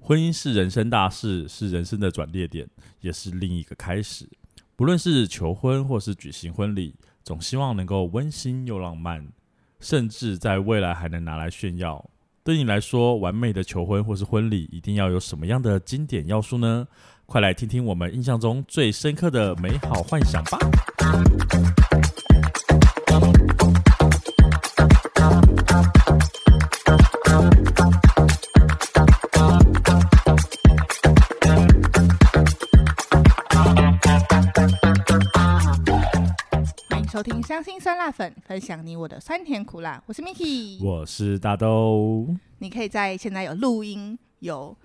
婚姻是人生大事，是人生的转捩点，也是另一个开始。不论是求婚或是举行婚礼，总希望能够温馨又浪漫，甚至在未来还能拿来炫耀。对你来说，完美的求婚或是婚礼一定要有什么样的经典要素呢？快来听听我们印象中最深刻的美好幻想吧！欢迎收听《伤心酸辣粉》，分享你我的酸甜苦辣。我是 Miki，我是大豆。你可以在现在有录音、有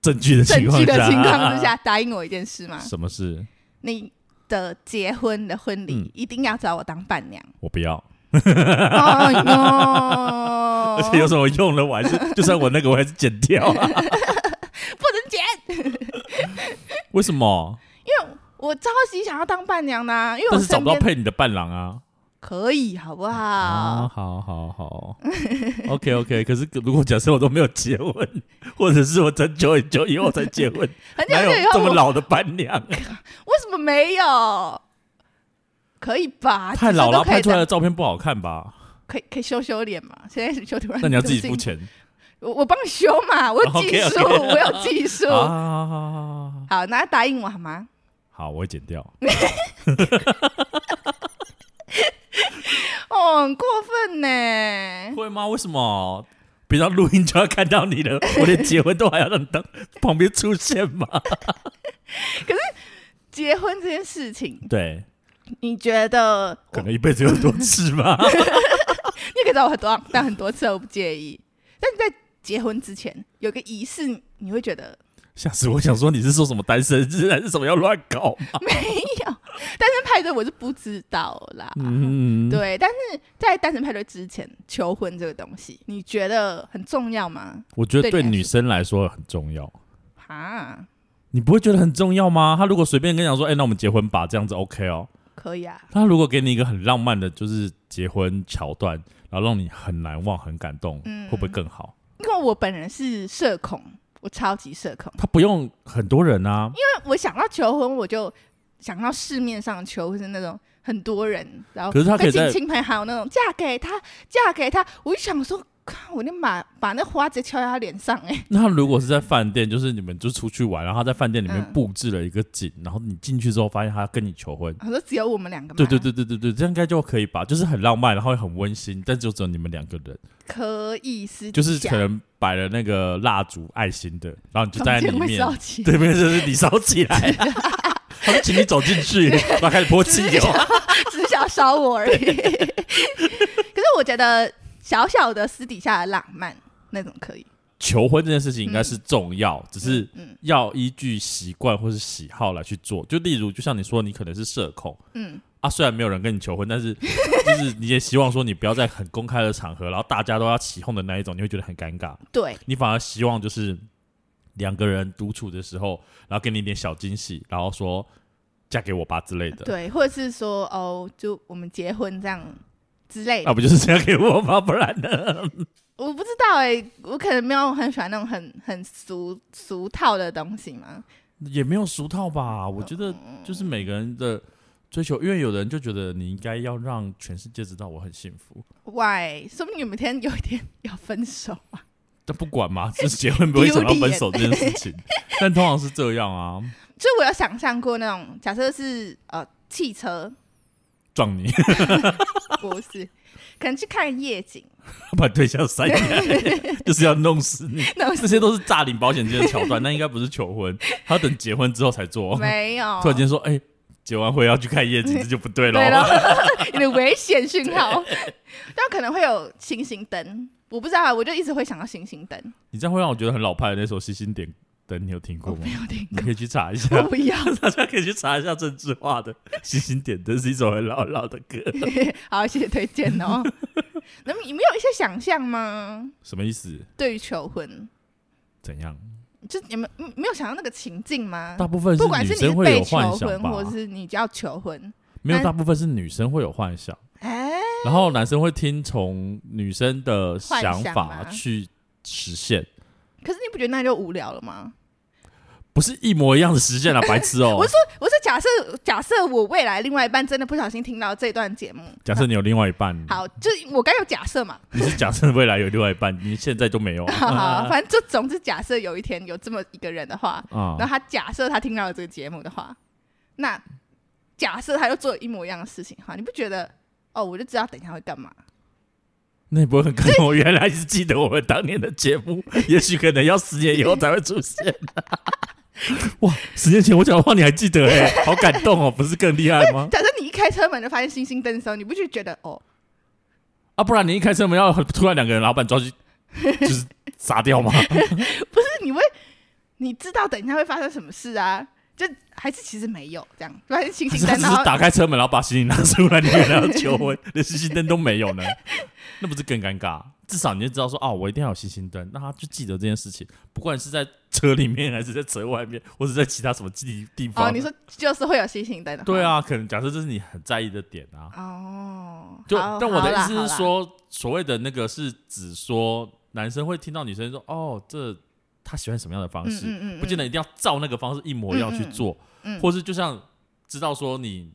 证据的证情况据下，的情况之下，答应我一件事吗？什么事？你的结婚的婚礼、嗯一定要找我当伴 娘。我不要。哎呦，而且有什么用呢？我还是就算我那个，我还是剪掉、啊。不能剪，为什么？我超级想要当伴娘的啊、因为我但是找身不到边配你的伴郎啊！可以，好不好？啊，好好好 ，OK OK。可是如果假设我都没有结婚，或者是我很久很久以后才结 婚，很久哪很久以有这后么我，老的伴娘？为什么没有？可以吧？太老了，啊其实都可拍以出来当的照片不好看吧？可以可以修修脸嘛？现在修突然，那你要自己付， 钱我我帮你修 嘛，我有技术， OK，OK 我有技术。啊！好好好好好，那答应我好吗？好，我会剪掉。哦，很过分呢。会吗？为什么？别到录音就要看到你了，我连结婚都还要让你当旁边出现吗？ 结婚这件事情，对，你觉得我可能一辈子有很多次 吧。你也可以找我很多，但很多次我不介意。但你在结婚之前有个仪式，你会觉得吓死我！想说你是说什么单身日还是什么要乱搞吗？没有。单身派对我是不知道啦。嗯，对，但是在单身派对之前，求婚这个东西，你觉得很重要吗？我觉得对对你来说女生来说很重要。啊，你不会觉得很重要吗？他如果随便跟你讲说，哎、那我们结婚吧，这样子 OK 哦。可以啊，他如果给你一个很浪漫的，就是结婚桥段，然后让你很难忘、很感动，嗯会不会更好？因为我本人是社恐，我超级社恐。他不用很多人啊，因为我想到求婚，我就想到市面上的求婚是那种很多人，然后可是他可以会在亲亲朋好友那种，嫁给他，嫁给他，我就想说。看，我就把把那花直接敲在他脸上、哎，那如果是在饭店，就是你们就出去玩，然后他在饭店里面嗯布置了一个景，然后你进去之后发现他跟你求婚，我说只有我们两个，对对，对对对对，这样应该就可以吧？就是很浪漫，然后也很温馨，但就只有你们两个人，可以私底就是下可能摆了那个蜡烛爱心的，然后你就中站在间里会面烧，起对面就是你烧起 来，他说请你走进去，然后开始泼汽只是 油，想只是想烧我而已。 可是我觉得小小的私底下的浪漫那种可以，求婚这件事情应该是重要，只是嗯要依据习惯或是喜好来去做。就例如，就像你说，你可能是社恐。嗯，啊，虽然没有人跟你求婚，但是 就是你也希望说你不要在很公开的场合，然后大家都要起哄的那一种，你会觉得很尴尬。对，你反而希望就是两个人独处的时候，然后给你一点小惊喜，然后说嫁给我吧之类的。对，或者是说哦，就我们结婚这样之类啊的那、。不就是嫁给我吗？不然 呢？我不知道哎、我可能没有很喜欢那种很很俗俗套的东西嘛。也没有俗套吧？我觉得就是每个人的追求，因为有的人就觉得你应该要让全世界知道我很幸福， Why？说不定你们天有一天要分手啊。但不管 嘛，就是结婚不会想到分手这件事情，但通常是这样啊，就我有想象过那种，假设是呃汽车，撞你。 不 是，可能去看夜景，把对象塞起 来，就是要弄死你。那这些都是诈领保险金的桥段，那应该不是求婚，他要等结婚之后才做。没有，突然间说，哎、结完婚要去看 夜景，这就不对喽。哦对了， 有点危险讯号。但可能会有星星灯，我不知道啊，我就一直会想到星星灯。你这样会让我觉得很老派的那首《星星点灯》，你有听我过吗没？有听你过，可以去查一下， 我不要。大家可以去查一下郑智化的《星星点灯》是一首很老很老的 歌，好，谢谢推荐 哦。那么你们有一些想象吗？什么意思？对于求婚，怎样？就你们嗯没有想到那个情境吗？大部分不管女是你生会被有求幻想婚，吧？或是你要求婚，没有，大部分是女生会有幻想。哎、然后男生会听从女生的幻想想法吗去实现，可是你不觉得那就无聊了吗？不是一模一样的实践啊， 白痴哦、我是说，我是假设，假设我未来另外一半真的不小心听到这段节目，假设你有另外一半，好，就是我该有假设嘛， 你是假设未来有另外一半，你现在都没有啊好 好，反正就总之假设有一天有这么一个人的话，啊然后他假设他听到了这个节目的话，那假设他又做一模一样的事情哈，你不觉得？哦，我就知道等一下会干嘛。那你不会很感动？我原来是记得我们当年的节 目，也许可能要十年以后才会出现。 哇，十年前我讲的话你还记得哎、好感动哦，不是更厉害吗？假设你一开车门就发现星星灯的时候，你不就觉得哦， 啊，不然你一开车门要突然两个人老板抓去，就是杀掉 吗？不是你会，你知道等一下会发生什么事啊？就还是其实没有这样，发现星还星是他灯，只然后是打开车门，然后把行李拿出来，你原来要求 婚，连星星灯都没有呢，那不是更尴尬？至少你就知道说啊，我一定要有星星灯，那他就记得这件事情，不管是在车里面，还是在车外面，或者在其他什么地地方。啊哦，你说就是会有星星灯 的，对，啊，可能假设这是你很在意的点啊。哦，就好但我好的意啦思是好啦说，所谓的那个是指说男生会听到女生说哦，这他喜欢什么样的方嗯式，嗯嗯嗯不见得一定要照那个方式一模一样去做，嗯嗯或是就像知道说你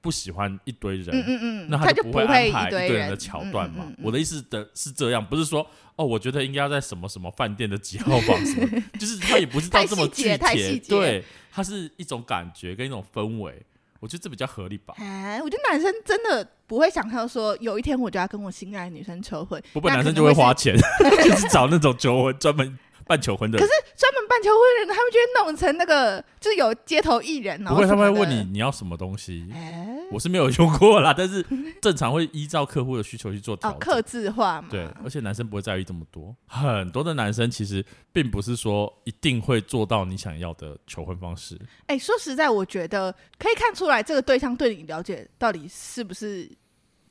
不喜欢一堆人，嗯嗯嗯，那他就不会安排一一堆堆人的桥段嘛。嗯嗯嗯嗯我的意思的是这样，不是说哦，我觉得应该要在什么什么饭店的几号房什么，就是他也不是到这么具太细节太细体，节对，它是一种感觉跟一种氛围，我觉得这比较合理吧。哎，我觉得男生真的不会想象说有一天我就要跟我心爱的女生求婚，不过那男可生能就会会是花 钱， 就是找那种求婚专门办求婚的人。专门办求婚的人，他们就会弄成那个，就是有街头艺人，然不后会，他什么们会的哦问你，你要什么东西，哎，我是没有用过啦，但是正常会依照客户的需求去做调哦，整。克制化嘛，对，而且男生不会在意这么多。很多的男生其实并不是说一定会做到你想要的求婚方式。哎，说实在，我觉得可以看出来这个对象对你了解到底是不是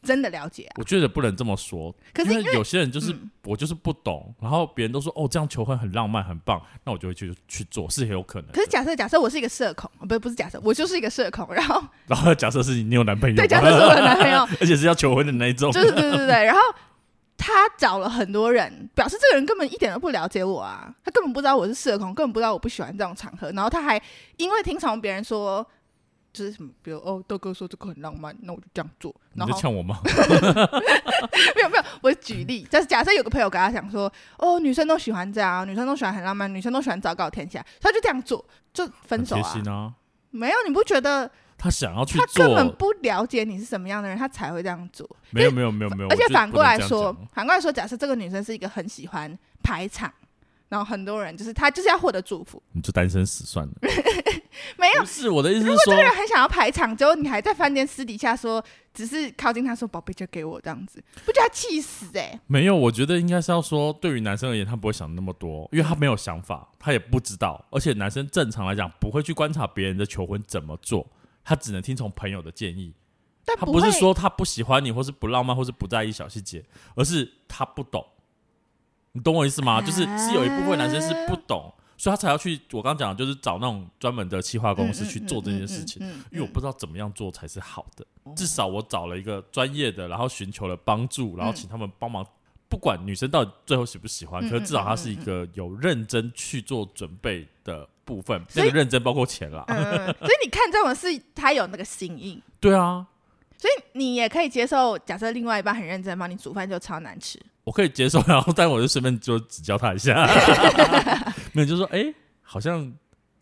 真的了解啊？我觉得不能这么说，可是因为有些人就是、嗯我就是不懂，然后别人都说哦这样求婚很浪漫很棒，那我就会去去做，是很有可能的。可是假设假设我是一个社恐，不是不是假设，我就是一个社恐，然后然后假设是你你有男朋友，对，假设是我的男朋友， 而且是要求婚的那一种，就是对对对对，然后他找了很多人，表示这个人根本一点都不了解我啊，他根本不知道我是社恐，根本不知道我不喜欢这种场合，然后他还因为听从别人说。就是什么，比如哦，豆哥说这个很浪漫，那我就这样做。你然在后呛我吗？没有没有，我举例，就是假设有个朋友跟他讲说，哦，女生都喜欢这样，女生都喜欢很浪漫，女生都喜欢昭告天下，他就这样做，就 分很手贴啊心。啊，没有，你不觉得他想要去他根本做，不了解你是什么样的人，他才会这样做？没有没有没有没有，而我且就反不过能来这样说讲，反过来说，假设这个女生是一个很喜欢排场，然后很多人就是她就是要获得祝福，你就单身死算了。没有不是我的意思是说，人很想要排场，结果你还在饭店私底下说，只是靠近她说“宝贝，就给我”这样子，不觉得她气死哎、没有，我觉得应该是要说，对于男生而言，他不会想那么多，因为他没有想法，他也不知道，而且男生正常来讲不会去观察别人的求婚怎么做，他只能听从朋友的建议。但他会不是说他不喜欢你，或是不浪漫，或是不在意小细节，而是他不懂。你懂我意思吗？就是啊是有一部分男生是不懂，所以他才要去我刚讲，的就是找那种专门的企划公司去做这件事情。嗯嗯嗯哦嗯嗯嗯嗯因为我不知道怎么样做才是好的，至少我找了一个专业的，然后寻求了帮助，然后请他们帮忙。不管女生到底最后喜不喜欢，嗯可是至少她是一个有认真去做准备的部分。所那以个认真包括钱啦，嗯，所以你看这种事，她有那个心意，对啊，所以你也可以接受。假设另外一半很认真帮你煮饭，就超难吃。我可以接受， 然后但我就顺便就指教他一下，没有就说哎、诶好像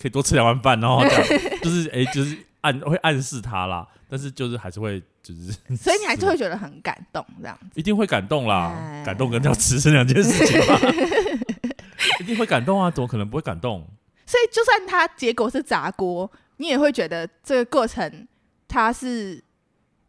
可以多吃两碗饭 哦，这样就是哎、诶就是暗会暗示他啦，但是就是还是会就是，所以你还是会觉得很感动，这样一定会感动啦哎，感动跟要吃是两件事情吧， 一定会感动啊，怎么可能不会感动？所以就算它结果是砸锅，你也会觉得这个过程它是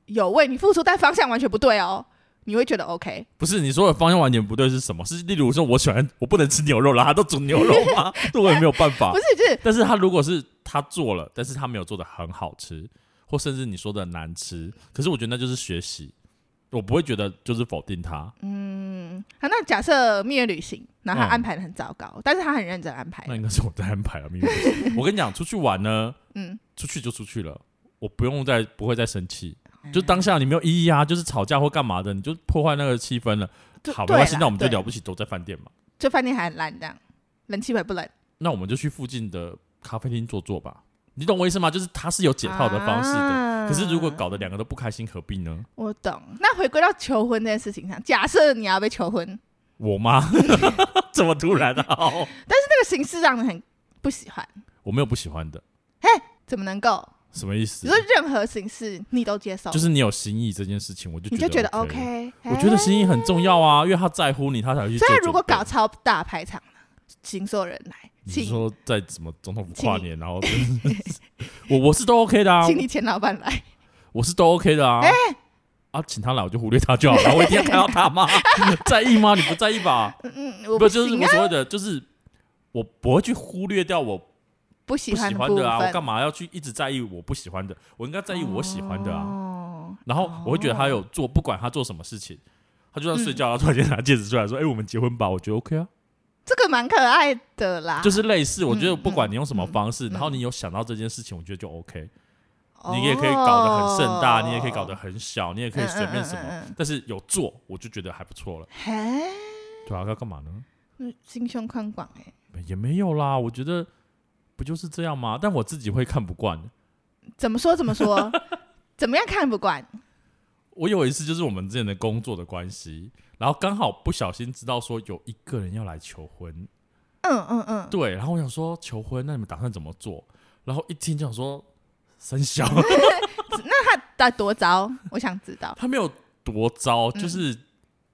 有为你付出，但方向完全不对哦，你会觉得 OK。不是你说的方向完全不对是什么？是例如说我喜欢我不能吃牛肉啦，他都煮牛肉吗？ 这我也没有办法不。是，就是但是他如果是他做了，但是他没有做的很好吃，或甚至你说的难吃，可是我觉得那就是学习，我不会觉得就是否定他，嗯好，那假设蜜月旅行，然后他嗯安排的很糟糕，但是他很认真安排那，应该是我在安排了。啊明明不是我跟你讲，出去玩呢，嗯，出去就出去了，我不用再不会再生气，嗯就当下你没有意义啊，就是吵架或干嘛的，你就破坏那个气氛了。就好，没对关系啦，那我们就对了不起，都在饭店嘛。就饭店还很烂这样。冷气冷不冷？那我们就去附近的咖啡厅坐坐吧。你懂我意思吗？就是它是有解套的方式的。啊可是如果搞得两个都不开心，何必呢？我懂。那回归到求婚这件事情上，假设你要被求婚，我吗？ 怎么突然啊？ 这个形式让人很不喜欢，我没有不喜欢的，怎么能够？什么意你思说？任何形式你都接受，就是你有心意这件事情，我就你就觉得 OK 了。我 OK。觉得哎心意很重要啊，因为他在乎你，他才会去做所准备。以如果搞超大排场呢，请所有人来，你是请说在什么总统府请跨你年，然后 我我是都 OK 的啊，请你哎前老板来， 我是都 OK 的啊。啊，请他来我就忽略他就好了，我一定要看到他吗？ 在意吗？你不在意吧？嗯，我不就是行我啊，所谓的，就是我不会去忽略掉我不不喜喜欢的欢部的啊，我分，干嘛要去一直在意我不喜欢的？我应该在意我喜欢的啊。哦嗯然后我会觉得他有做，不管他做什么事情，他就算睡觉，他突然间拿戒指出来说：“哎，我们结婚吧。”我觉得 OK 啊，这个蛮可爱的啦，就是类似，我觉得啊嗯不管你用什么方式，嗯然后你有想到这件事情，我觉得就 OK。哦你也可以搞得很盛大，你也可以搞得很小，你也可以随便什嗯嗯嗯么嗯嗯，嗯但是有做，我就觉得还不错了。嘿，对啊，要干嘛呢？嗯心胸宽广哎，也没有啦，我觉得不就是这样吗？但我自己会看不惯。怎么说怎 么说，怎么样看不惯，我有一次就是我们之前的工作的关系，然后刚好不小心知道说有一个人要来求婚，嗯嗯嗯，对，然后我想说求婚，那你们打算怎么做？然后一听就想说三小，到底多糟，我想知道， 他没有多糟，嗯就是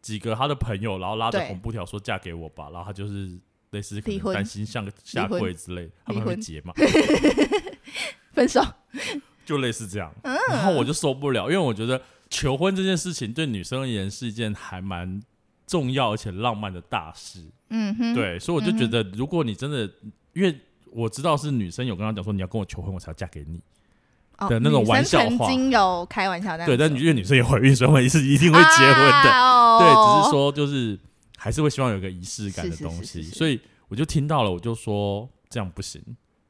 几个他的朋友，然后拉着对红布条说嫁给我吧，然后他就是类似可离能婚担心像下跪之类，他们离会婚结 嘛，分手，就类似这样。嗯然后我就受不了，因为我觉得求婚这件事情对女生而言是一件还蛮重要而且浪漫的大事。嗯哼，对，所以我就觉得，如果你真的，因为我知道是女生有跟他讲说你要跟我求婚，我才要嫁给你。哦的那种女生玩笑话曾经有开玩笑这样对，但说因为女生也怀孕，所以我们是一定会结婚的。啊 哦、对，只是说就是还是会希望有个仪式感的是是东西，是是是所以我就听到了，我就说这样不行，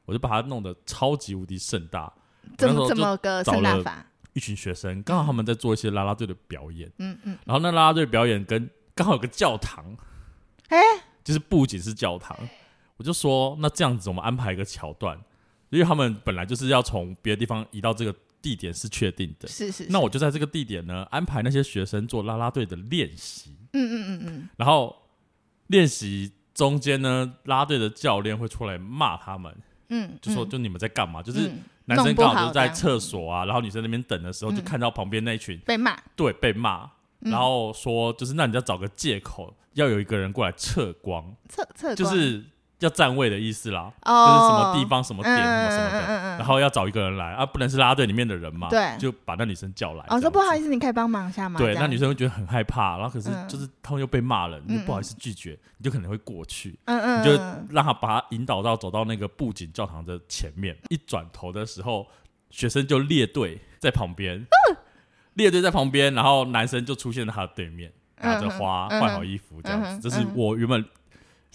我就把它弄得超级无敌盛大。怎那时候么就怎么个盛大找了法？一群学生，刚好他们在做一些啦啦队的表演，嗯嗯，然后那啦啦队表演跟刚好有个教堂，哎就是不仅是教堂，我就说那这样子我们安排一个桥段，因为他们本来就是要从别的地方移到这个地点是确定的，是是，那我我就在这个地点呢安排那些学生做啦啦队的练习，嗯嗯嗯嗯，然后练习中间呢，啦啦队的教练会出来骂他们，嗯，就说嗯就你们在干嘛？就是嗯男生刚弄不好好就是在这样厕所啊，然后女生那边等的时候，就嗯看到旁边那一群被骂，对被骂，嗯然后说就是那你要找个借口，要有一个人过来测光，测测就光是要站位的意思啦，就是哦，什么地方什么点什么什么嗯嗯嗯的，嗯嗯嗯然后要找一个人来啊，不能是啦啦队里面的人嘛，对就把那女生叫来，哦这说样不好子意思，你可以帮忙一下吗？对，这那样女生会觉得很害怕，然后可是嗯就是他们又被骂了，你就嗯不好意思拒绝，你就可能会过去，嗯嗯，你就嗯让他把他引导到走到那个布景教堂的前面。一转头的时候，学生就列队在旁边，嗯 列队在旁边，然后男生就出现在他的对面，拿着花，嗯哼换好衣服这样嗯子。这哼是我原本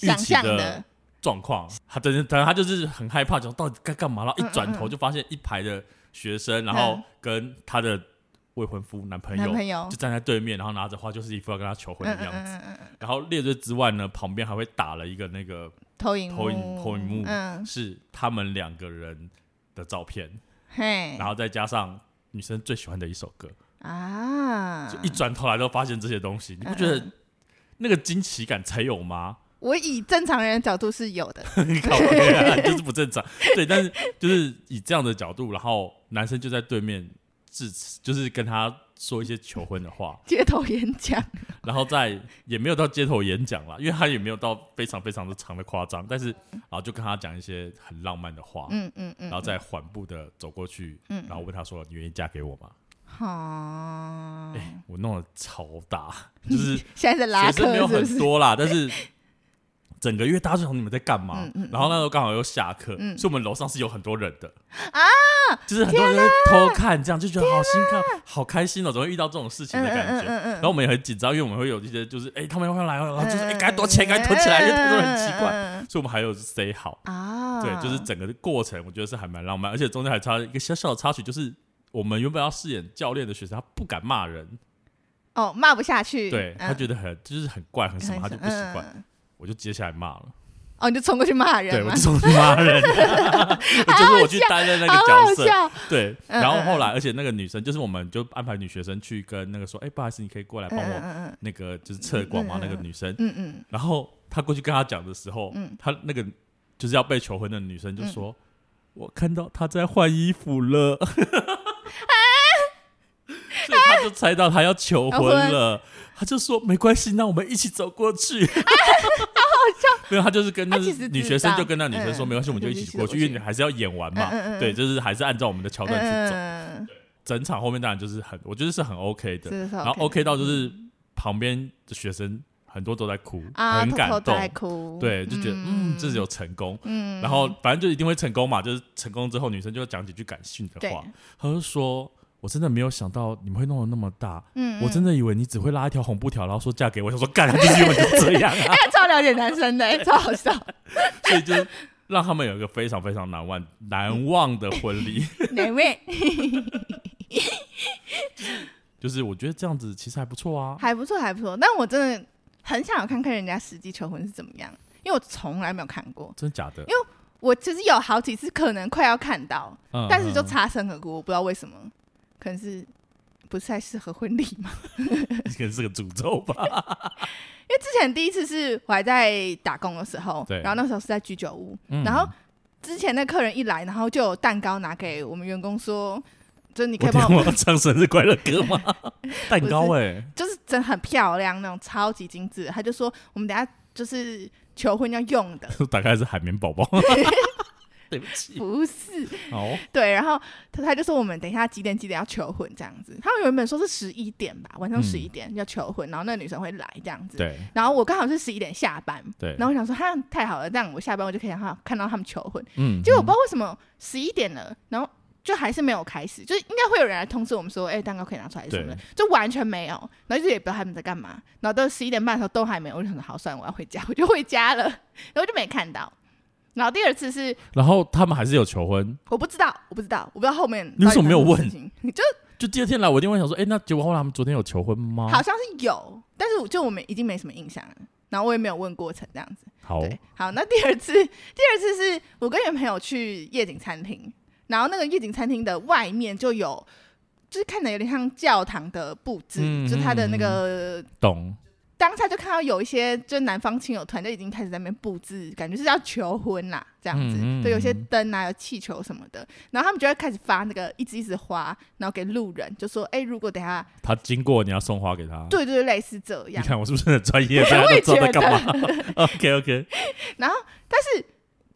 预想期象的，状况。他真的，当然他就是很害怕，讲到底该干嘛，然嗯后一转头就发现一排的学生，然后跟他的未婚夫男朋男友朋友就站在对面，然后拿着花，就是一副要跟他求婚嗯的嗯样子。嗯嗯嗯，然后列队之外呢，旁边还会打了一个那个投影投影幕投影幕嗯，是他们两个人的照片，嘿，然后再加上女生最喜欢的一首歌，啊，就一转头来都发现这些东西，你不觉嗯得那个惊奇感才有 吗？我以正常人的角度 是有的，你搞对啊， 就是不正常。对，但是就是以这样的角度，然后男生就在对面致辞，就是跟他说一些求婚的话，街头演讲，然后再也没有到街头演讲啦，因为他也没有到非常非常的长的夸张，但是然后就跟他讲一些很浪漫的话，嗯嗯嗯，然后再缓步的走过去，然后问他说：“你愿意嫁给我吗好？”，我弄得超 大，哎就是现在在拉学生没有客是不很是？多啦，但是整个月大家就想你们在干嘛？嗯嗯然后那时候刚好又下课，嗯所以我们楼上是有很多人的啊，就是很多人在偷看，这样就觉得好心看，好开心哦，怎么会遇到这种事情嗯的感嗯觉？嗯嗯然后我们也很紧张，因为我们会有一些就是哎、他们要不要来哦，然后嗯，就是哎，嗯赶、快躲起来，赶快躲起来，嗯就动作很奇怪，嗯嗯嗯所以我们还有 say 好。嗯啊，对，就是整个过程，我觉得是还蛮浪漫，而且中间还插一个小小的插曲，就是我们原本要饰演教练的学生，他不敢骂人，哦，骂不下去，嗯对他觉得得很就是很怪，很什么，他就不习惯，我就接下来骂了。哦，你就冲过去骂嗯人对我嘛就，冲去骂 人，就是我去担任那个好角好色。笑。对，嗯然后嗯后来，而且那个女生就是我们就安排女学生去跟那个说，哎、不好意思，你可以过来帮嗯我嗯那个就是测光嘛，那个女生。嗯嗯然后她过去跟她讲的时候，她那个就是要被求婚的女生就说，嗯我看到她在换衣服 了。 所以她就猜到她要求婚啊了，她就说没关系，那我们一起走过 去。好好笑， 没有，她就是跟那她其实女知学生道就跟那女生说嗯没关系，我们就就一一起起过走去，因为去你还是要演完嘛嗯嗯。嗯对，就是还是按照我们的桥段去走。嗯，整场后面当然就是很，我觉得是很 OK 的。真的是然后 OK 到就是旁边的学生很多都在哭，啊，很偷感偷动，在哭，对，就觉得嗯，这是有成功。嗯，然后反正就一定会成功嘛，就是成功之后，女生就讲几句感性的对话，她就说：“我真的没有想到你们会弄得那么大，嗯，我真的的以为你只会拉一条红布条，然后说嫁给我。”我想说，干，她就是因为你这样啊， 超了解男生的，哎超好笑， 所以就让他们有一个非常非常难忘难忘的婚礼。哪位就是我觉得这样子其实还不错啊，还不错，还不错，但我真的很想要看看人家实际求婚是怎么样，因为我从来没有看过。真假的？我其实有好几次可能快要看到，嗯但是就嗯擦身而过，我不知道为什么，可能是不太适合婚礼嘛。 可能是个诅咒吧。因为之前第一次是我还在打工的时候，对然后那时候是在居酒屋，嗯 然后之前那客人一来，然后就有蛋糕拿给我们员工说，就是你可我以帮天，我，我要唱生日快乐歌 吗？蛋糕哎、就是真的很漂亮那种超级精致的。他就说我们等一下就是求婚要用的， 大概是海绵 宝宝。对不起，不是哦，对。然后他他就说我们等一下几点几点要求婚这样子。他们原本说是十一点吧，晚上嗯十一点要求婚，然后那个女生会来这样子。对然后我刚好是十一点下班，对，然后我想说哈太好了，这样我下班我就可以看看到他们求婚。嗯结果我不知道为什么十一点了，然后就还是没有开始，就是应该会有人来通知我们说，哎、蛋糕可以拿出来什么的对，就完全没有，然后就也不知道他们在干嘛，然后到十一点半的时候都还没有，我就想说好算了，我要回家，我就回家了， 然后就没看到。然后第二次是然后他们还是有求婚，我不知道，我不知道，我不知道后面你为什么没有问到底发生什么事情？就就第二天来，我一定会想说，哎、那结果后来他们昨天有求婚吗？好像是哦有，但是我就我们已经没什么印象了，然后我也没有问过程这样子。好，对，好，那第二次， 第二次是我跟原朋友去夜景餐厅，然后那个夜景餐厅的外面就有，就是看的有点像教堂的布置，嗯就是它的那个。懂，当下就看到有一些，就南方亲友团就已经开始在那边布置，感觉是要求婚啦，这样子。嗯嗯对，有些嗯灯啊，有气球什么的，然后他们就会开始发那个一支一支花，然后给路人，就说：“哎、如果等下，他经过你要送花给他。对对，对类似这你样。”看我是不是很专业？大家都知道在干嘛。OK OK，然后，但是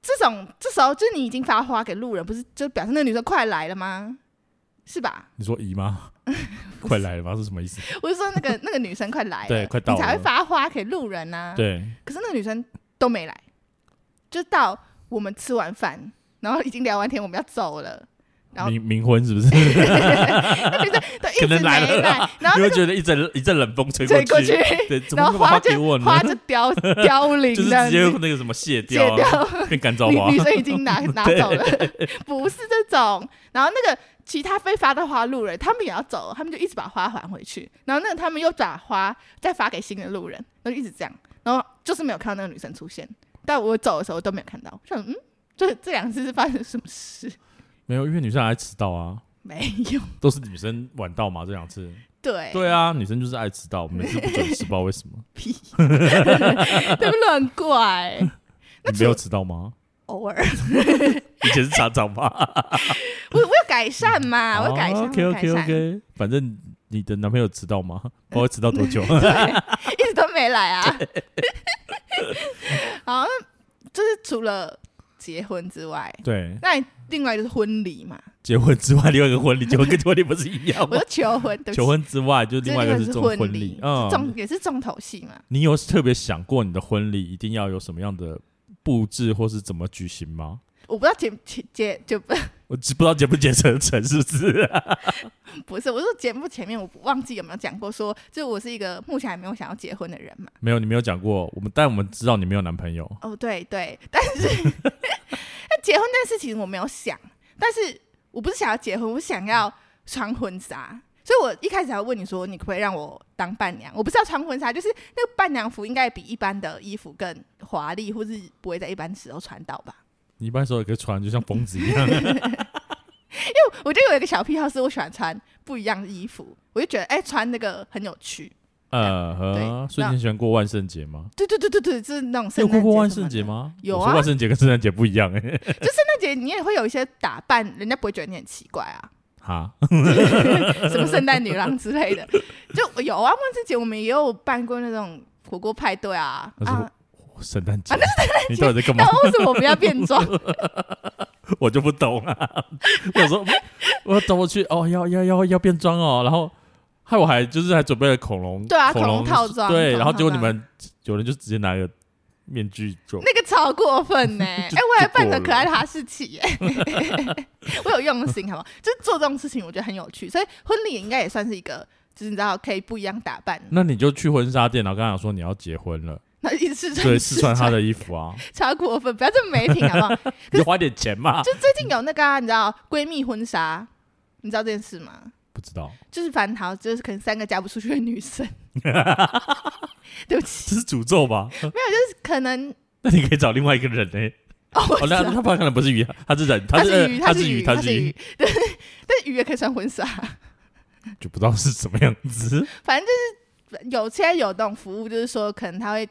这种这时候就是你已经发花给路人，不是就表示那个女生快来了吗？是吧？你说姨妈 快来了吗？是什么意思？我是说那 个那个女生快来了，对快到你才了会发花给路人呐、，对，可是那个女生都没来，就到我们吃完饭，然后已经聊完天，我们要走了。然后冥冥婚是不是？那女生都一可直能没来了啦然后你会觉得一阵一阵冷风吹追过过去，，对，怎然么后那么花给我就呢？花就凋 凋零就是这样直子，接那个什么卸戒掉、啊，变干燥花女。女生已经拿拿走了， 不是这种。然后那个其他非发的花路人，他们也要走，他们就一直把花还回去。然后那个他们又把花再发给新的路人，然后一直这样，然后就是没有看到那个女生出现。但我走的时候都没有看到，我想嗯，这这两次是发生什么事？没有，因为女生爱迟到啊，没有，都是女生晚到嘛，这两次。对对啊，女生就是爱迟到，每次不准时，不知道为什 么。屁， 对不乱怪，你没有迟到吗？偶尔以前是常常吧。 我我有改善嘛，啊我有改善，我哦 OK 有改 OK 善， OK，反正你的男朋友迟到吗？不知道迟到多久。 一直都没来啊。 好，那就是除了结婚之外，对，那你另外就是婚礼嘛，结婚之外，另外一个婚礼，结婚跟婚礼不是一样我吗说？求婚，对不起求，婚之外，就这另外一个个这是种婚礼。是重嗯，也是重头戏嘛。你有特别想过你的婚礼一定要有什么样的布置，或是怎么举行吗？我不知道结结结就不 我只不知道结不结成成是不是？不是，我说节目前面我忘记有没有讲过说，就我是一个目前还没有想要结婚的人嘛。 没有，你没有讲过我们，但我们知道你没有男朋友。哦，对对，但是 那结婚这件事情我没有想，但是我不是想要结婚，我想要穿婚纱，所以我一开始还问你说，你可不可以让我当伴娘？我不是要穿婚纱，就是那个伴娘服应该比一般的衣服更华丽，或是不会在一般时候穿到吧？你一般时候也可以穿，就像疯子一样。 我就有一个小癖好，是我喜欢穿不一样的衣服，我就觉得哎、穿那个很有趣。呃呵，对所以你很喜欢过万圣节吗？对对对对对，就是那种你有圣过诞节过万什圣么节的？吗？有啊我说万圣节跟圣诞节不一样哎、就圣诞节你也会有一些打扮，人家不会觉得你很奇怪啊，哈， 什么圣诞女郎之类的，就有啊。万圣节我们也有办过那种火锅派对啊那是啊，圣诞节，你到底在干嘛？ 那为什么我们要变装？我就不懂了。我说我怎么去？哦，要要要要变装哦，然后害我还就是还准备了恐龙，对啊恐龙恐龙套装恐对，龙然后套结果你装们有人就直接拿个面具就那个超过分 呢、哎、就我还扮就过了个可爱的哈士奇耶、 我有用心，好不好？就是做这种事情，我觉得很有趣，所以婚礼应该也算是一个，就是你知道可以不一样打扮，那你就去婚纱店，然后跟他讲说你要结婚了，那一直试穿，对，试试穿他的衣服啊，超过分，不要这么没品，好 不好？你就花点钱 嘛。就最近有那个、啊，你知道闺蜜婚纱，你知道这件事吗？不知道，就是反正好，就是可能三个嫁不出去的 女生，对不起，这是诅咒吧？ 可能那你可以找另外一个人呢、哦，我哦，知那道他他可能不是鱼，啊他是人，它是是鱼，他它是鱼，鱼，他它是是鱼鱼，，对，但鱼也可以穿婚纱，就不知道是什么样 子。反正就是有现在有那种服务，就是说可能他会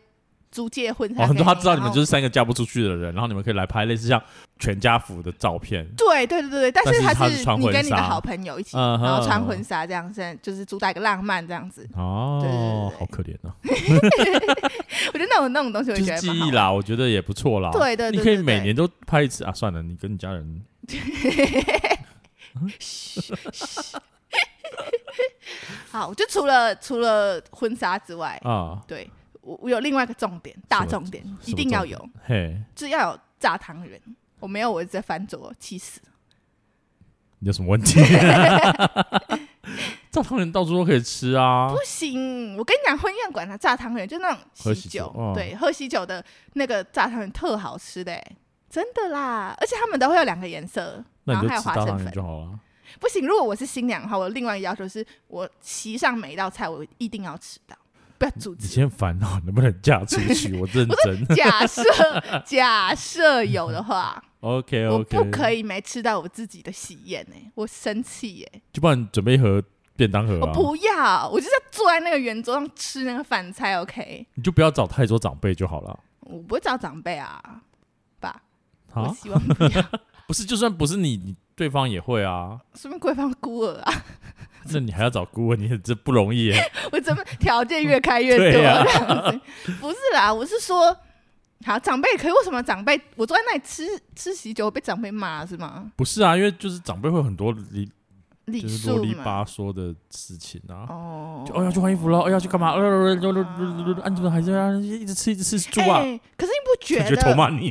租借婚纱给，哦，很多他知道你们就是是三个嫁不出去的人，然后你们可以来拍类似像全家福的照片。对对对对，但但是他他是是穿你婚跟你的纱好朋友一起，嗯哼 然后穿婚纱这样，现在就是主打一个浪漫这样子。对对对哦对，好可怜啊！我觉得那种那种东西，我就觉是得记蛮好忆玩。啦，我觉得也不错啦。对对对对你可以对每年都拍一次啊。算了，你跟你家人，好，就除了除了婚纱之外，啊，对我我有另外一个重点，大重点一定要有，嘿，就是要有炸汤圆。我没有，我一直在翻桌，气死！你有什么问 题？ 炸汤圆到处都可以吃啊不，行，我跟你讲，婚宴馆的炸汤圆就那种喝喜喜酒，酒哦对，喝喜酒的那个炸汤圆特好吃的、欸，真的啦！而且他们都会有两个颜色，那然你就后还有吃花大生汤圆粉。就好了。不行，如果我是新娘的话，我另外一个要求是我席上每一道菜我一定要吃到，不要阻你止。先烦恼能不能嫁出 去，我认真。假设假设有的话， OK 我哎 OK，不可以，以没吃到我自己的喜宴呢、我生气耶、就帮你准备一盒便当盒我啊，不要，我就是要坐在那个圆桌上吃那个饭菜，OK？你就不要找太多长辈就好了。我不会找长辈啊，爸，我啊，希望不 要，不是，就算不是你，你对方也会啊。说明贵方孤儿啊，那你还要找顾问，你这不容易耶。 我怎么条件越开越多对这啊样子？不是啦，我是说，好长辈可以，为什么长辈我坐在那里吃吃喜酒会被长辈骂是吗？不是啊，因为就是长辈会有很多离礼就是数啰里嘛，吧嗦的事情啊。哦就哦要去换衣服了，哦要去干嘛？呃呃呃呃呃呃呃啊你怎么还在那一直吃一直吃猪啊？哎可是你不觉 感得觉头骂你，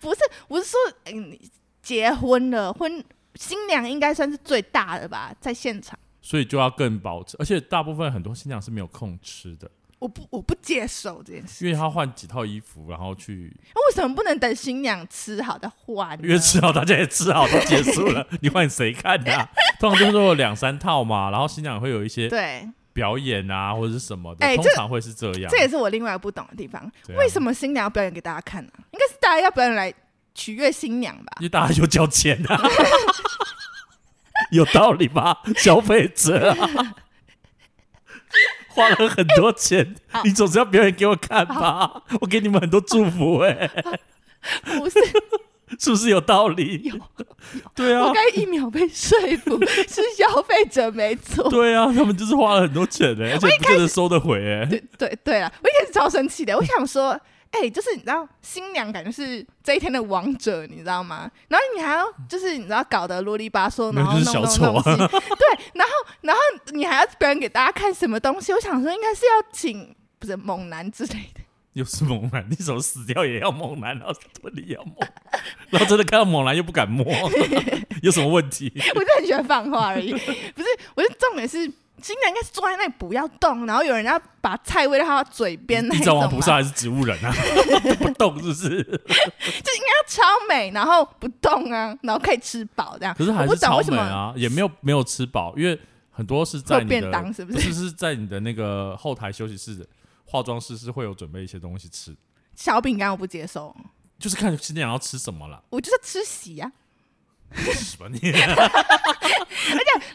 不是，我是说，嗯，结婚了，婚新娘应该算是最大的吧，在现场，所以就要更保持。而且大部分很多新娘是没有空吃的，我不我不接受这件事。因为她换几套衣服，然后去那为什么不能等新娘吃好再换呢？因为吃好，大家也吃好，都结束 了，你换谁看呐、通常就是会有两三套嘛，然后新娘会有一些对，表演啊，或者是什么的，哎通这常会是这样。啊这也是我另外一个不懂的地方。怎样为什？么新娘要表演给大家看呢、应该是大家要表演来取悦新娘吧 因？为大家有交钱啊， 有道理吧？消费者、啊、花了很多钱，好你总是要表演给我看吧？我给你们很多祝福、哎，不是，是不是有道理？有对啊我，该一秒被说服，是消费者没错。对啊，他们就是花了很多钱哎，而且不见得收得回哎、对对对了，我一开始超生气的，我想说，哎、就是你知道，新娘感觉是这一天的王者，你知道吗？然后你还要就是你知道搞得啰里吧嗦，没有然后就是弄弄小丑弄西，对，然后然后你还要表演给大家看什么东西？我想说应该是要请不是猛男之类的，又是猛男，你怎么死掉也要猛男，啊然后吞里也要 猛，然后真的看到猛男又不敢摸，有什么问题？我就很喜欢放话而已，不是，我就重点是。新娘应该是坐在那里不要动，然后有人要把菜喂到她嘴边那地一藏种王嘛，啊 菩萨还是植物人啊，都不动是不是？就应该要超美，然后不动啊，然后可以吃饱这样。可是还我是不懂超为什美么啊，也没有没有吃饱，因为很多是会在有你便当的是不不是？是是在你的那个后台休息室的化妆室是会有准备一些东西吃，小饼干我不接受，就是看新娘要吃什么啦。 我就是吃席啊呀、什么你？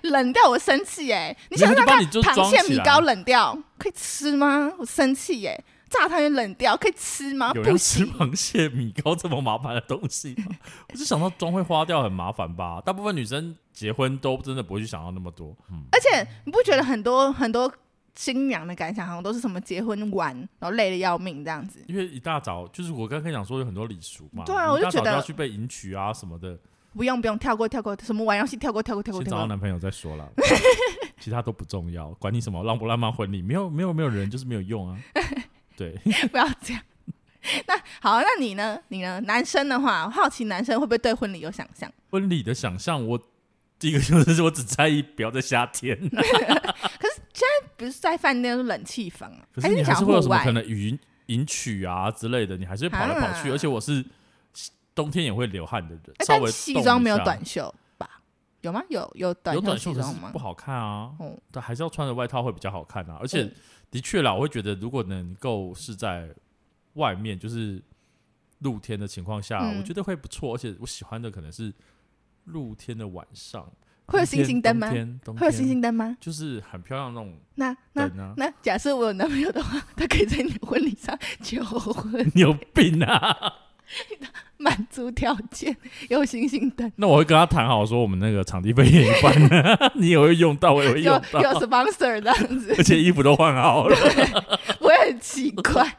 冷掉我生气哎、你没有想想就把看，你就螃装蟹起米来糕冷掉可以吃吗？我生气耶、炸汤圆冷掉可以吃吗？有啊不人行，吃螃蟹米糕这么麻烦的东西吗？ 我就想到妆会花掉很麻烦吧。大部分女生结婚都真的不会去想到那么多。嗯，而且你不觉得很多很多新娘的感想好像都是什么结婚玩，然后累得要命这样子？因为一大早就是我刚才讲说有很多礼俗嘛，对啊我你一就大早觉得要去被迎娶啊什么的，不用不用，跳过跳过，什么玩游戏跳过跳过跳过先跳找到过。男朋友再说 啦。其他都不重要，管你什么浪不浪漫婚礼，没有没有没有人就是没有用 啊。对， 不要这样。 那好，那你呢？你呢？男生的话，我好奇男生会不会对婚礼有想象？婚礼的想象，我第一个就是我只在意不要在夏天，不是在饭店，是冷气房啊，可还是你还想是会有户什么外可？能迎迎娶啊之类的，你还是会跑来跑去，啊而且我是冬天也会流汗的人，哎稍但微西动装一没有下短袖吧？有吗？有有短有短袖西可是装吗不？好看啊哦，但还是要穿着外套会比较好看啊。而且嗯的确啦，我会觉得如果能够是在外面，就是露天的情况下，嗯我觉得会不错。而且我喜欢的可能是露天的晚上，会冬天有星星灯吗冬天冬会有星天星灯吗？就是很漂亮的那种那那灯啊。那，假设我有男朋友的话，他可以在你的婚礼上求婚， 你有病啊！满足条件，有星星灯，那我会跟他谈好，说我们那个场地费也一半，你也会用到，我也会有用有到， sponsor 这样 子，而且衣服都换好了。 不会很奇怪。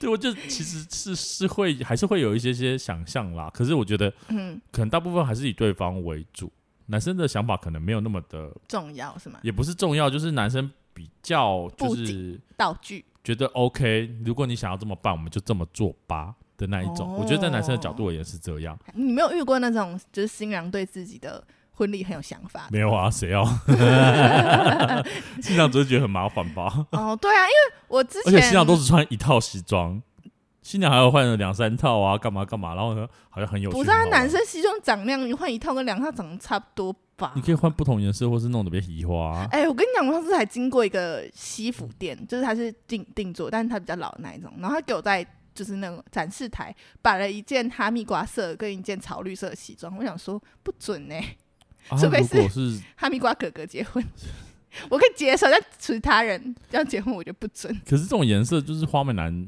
对，我就其实是是会还是会有一些些想象啦，可是我觉得嗯，可能大部分还是以对方为主，男生的想法可能没有那么的，重要是吗？也不是重要，就是男生比较就不是道具觉得 OK，如果你想要这么办，我们就这么做吧的那一种。我觉得在男生的角度而言是这样，你没有遇过那种就是新郎对自己的婚礼很有想法的？没有啊，谁要？ 新娘只会觉得很麻烦吧， 哦，对啊，因为我之而前且新娘都只穿一套西装。新娘还要换了两三套啊，干嘛干嘛，然后呢，好像很有趣。不是很啊好，玩男生西装长那样，你换一套跟两套长得差不多吧你？可以换不同颜色，或是弄得变移花、啊。 哎、我跟你讲，我上次还经过一个西服店，就是它是定定做，但是它比较老的那一种，然后他给我在就是那种展示台摆了一件哈密瓜色跟一件草绿色的西装，我想说不准呢、啊除非如是果是 哈密瓜哥哥结婚， 我可以接受，但其他人要结婚我觉得不准。可是这种颜色就是花美男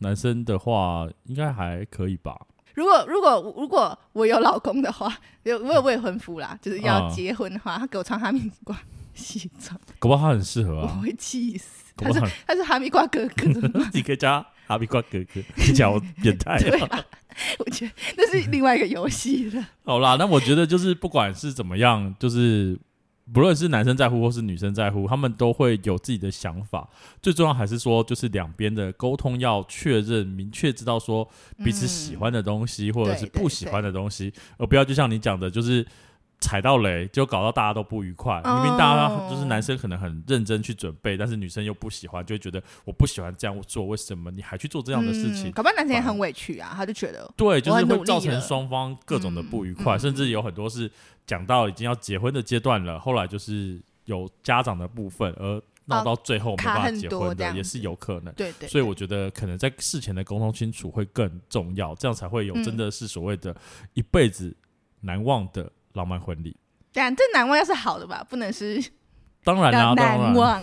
男生的话，应该还可以吧？如果如果如果我有老公的话，有我有未婚夫啦，就是要嗯结婚的话，他给我穿哈密瓜西装，搞不好他很适合我 啊，会气死。搞不好？他是哈密瓜哥哥 吗你可以加哈比瓜哥哥，听起来好变态 对啊、啊，我觉得那是另外一个游戏了。好啦，那我觉得就是不管是怎么样，就是不论是男生在乎或是女生在乎，他们都会有自己的想法。最重要还是说，就是两边的沟通要确认，明确知道说彼此喜欢的东西，或者是不喜欢的东西，而不要就像你讲的，就是踩到雷，就搞到大家都不愉快。哦明明大家就是男生可能很认真去准备，但是女生又不喜欢，就会觉得我不喜欢这样我做，为什么你还去做这这样的事情？嗯搞不好男生也很委屈啊，他就觉得对，就我是很努会力造成了双方各种的不愉快，嗯嗯甚至有很多是讲到已经要结婚的阶段了，后来就是有家长的部分，而闹到最后没哦卡办法很结多婚这的样也是子有可能。对对，所以我觉得可能在事前的沟通清楚会更重要，这样才会有嗯真的是所谓的一辈子难忘的浪漫婚礼。但这难忘要是好的吧，不能是啊当然啦、要当难然。忘。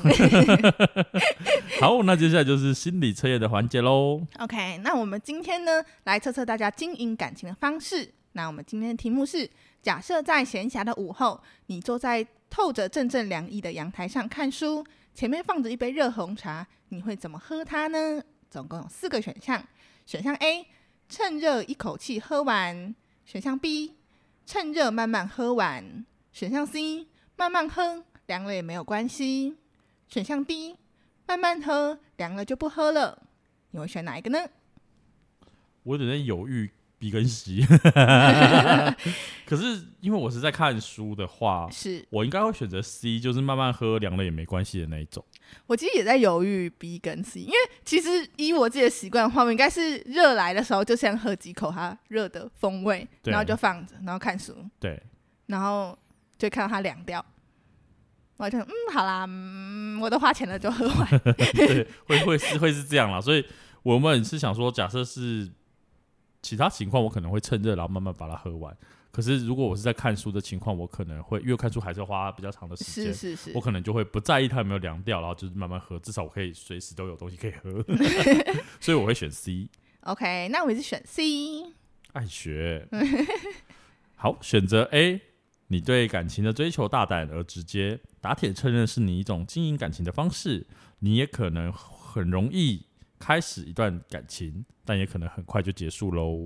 好，那接下来就是心理测验的环节喽。 OK，那我们今天呢，来测测大家经营感情的方式。那我们今天的题目是：假设在闲暇的午后，你坐在透着阵阵凉意的阳台上看书，前面放着一杯热红茶，你会怎么喝它呢？总共有四个选项：选项 A，趁热一口气喝完；选项 B，趁热慢慢喝完；选项 C，慢慢喝，凉了也没有关系；选项 D，慢慢喝，凉了就不喝了。你会选哪一个呢？我有点犹豫 B 跟 C。可是因为我是在看书的话，是我应该会选择 C，就是慢慢喝，凉了也没关系的那一种。我其实也在犹豫 B 跟 C，因为其实以我自己的习惯的话，我应该是热来的时候就先喝几口它热的风味，对然后就放着，然后看书，对，然后就看到它凉掉，我就想嗯好啦，嗯我都花钱了就喝 完，对，会会是会是这样啦。所以我们是想说，假设是其他情况，我可能会趁热然后慢慢把它喝完。可是如果我是在看书的情况，我可能会因为看书还是要花比较长的时是间，是是我，可能就会不在意它有没有凉掉，然后就是慢慢喝，至少我可以随时都有东西可以 喝。所以我会选 C， OK，那我也是选 C。爱 学。好，选择 A，你对感情的追求大胆而直接，打铁趁热是你一种经营感情的方式，你也可能很容易开始一段感情，但也可能很快就结束喽。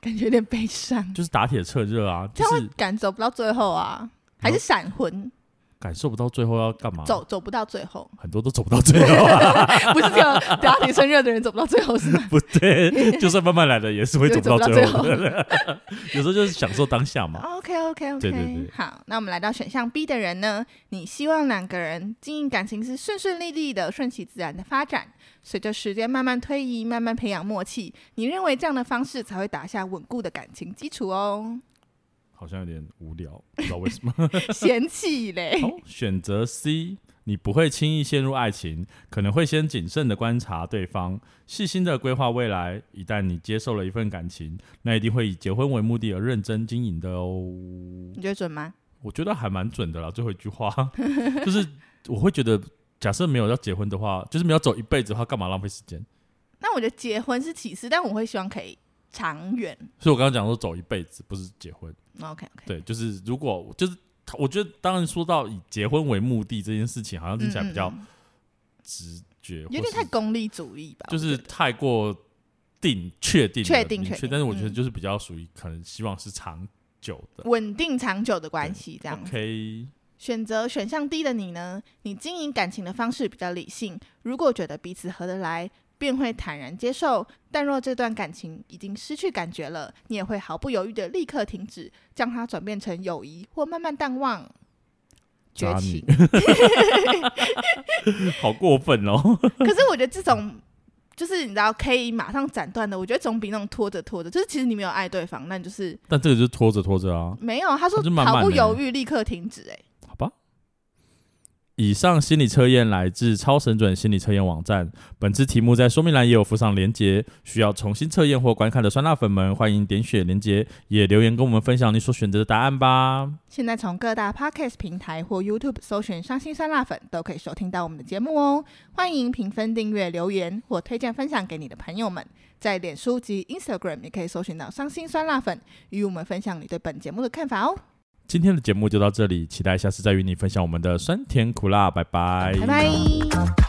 感觉有点悲伤，就是打铁趁热啊，这就样会是感走不到最后啊，还是闪魂，感受不到最后要干嘛，走走不到最后， 很多都走不到最后啊，不是只有打铁趁热的人走不到最后是吗？不对，就算慢慢来的也是会就走不会到走不最到后的。 有时候就是享受当下嘛。 OK OK OK，对对对好，那我们来到选项 B 的人呢，你希望两个人经营感情是顺顺利利的、顺其自然的发展，随着时间慢慢推移、慢慢培养默契，你认为这样的方式才会打下稳固的感情基础 哦。好像有点无聊，不知道为什么。嫌弃嘞， 好，选择 C，你不会轻易陷入爱情，可能会先谨慎的观察对方，细心的规划未来。一旦你接受了一份感情，那一定会以结婚为目的而认真经营的哦。你觉得准吗？我觉得还蛮准的啦，最后一句 话就是我会觉得，假设没有要结婚的话，就是没有走一辈子的话，干嘛浪费时间？那我觉得结婚是启示，但我会希望可以长远。所以我刚刚讲说走一辈子，不是结婚。 OK OK，对，就是如果就是我觉得，当然说到以结婚为目的这件事情，好像听起来比较嗯嗯直觉，有或点是太功利主义吧，就我是觉得太过定确定了确定明确定但是我觉得嗯就是比较属于可能希望是长久的。稳定长久的关系这样子。 OK， 选择选项 D 的你呢，你经营感情的方式比较理性，如果觉得彼此合得来，便会坦然接受；但若这段感情已经失去感觉了，你也会毫不犹豫的立刻停止，将它转变成友谊或慢慢淡忘。绝渣情女，好过分哦！ 可是我觉得这种就是你知道可以马上斩断的，我觉得总比那种拖着拖着，就是其实你没有爱对方，那你就是但这个就是拖着拖着啊，没有。他说那就慢慢毫不的犹豫立刻停止、欸，好吧。以上心理测验来自超神准心理测验网站，本次题目在说明栏也有附上连结，需要重新测验或观看的酸辣粉们，欢迎点选连结，也留言跟我们分享你所选择的答案吧。现在从各大 podcast 平台或 YouTube 搜寻“伤心酸辣粉”，都可以收听到我们的节目哦。欢迎评分、订阅、留言或推荐分享给你的朋友们。在脸书及 Instagram 也可以搜寻到“伤心酸辣粉”，与我们分享你对本节目的看法哦。今天的节目就到这里，期待下次再与你分享我们的酸甜苦辣，拜拜拜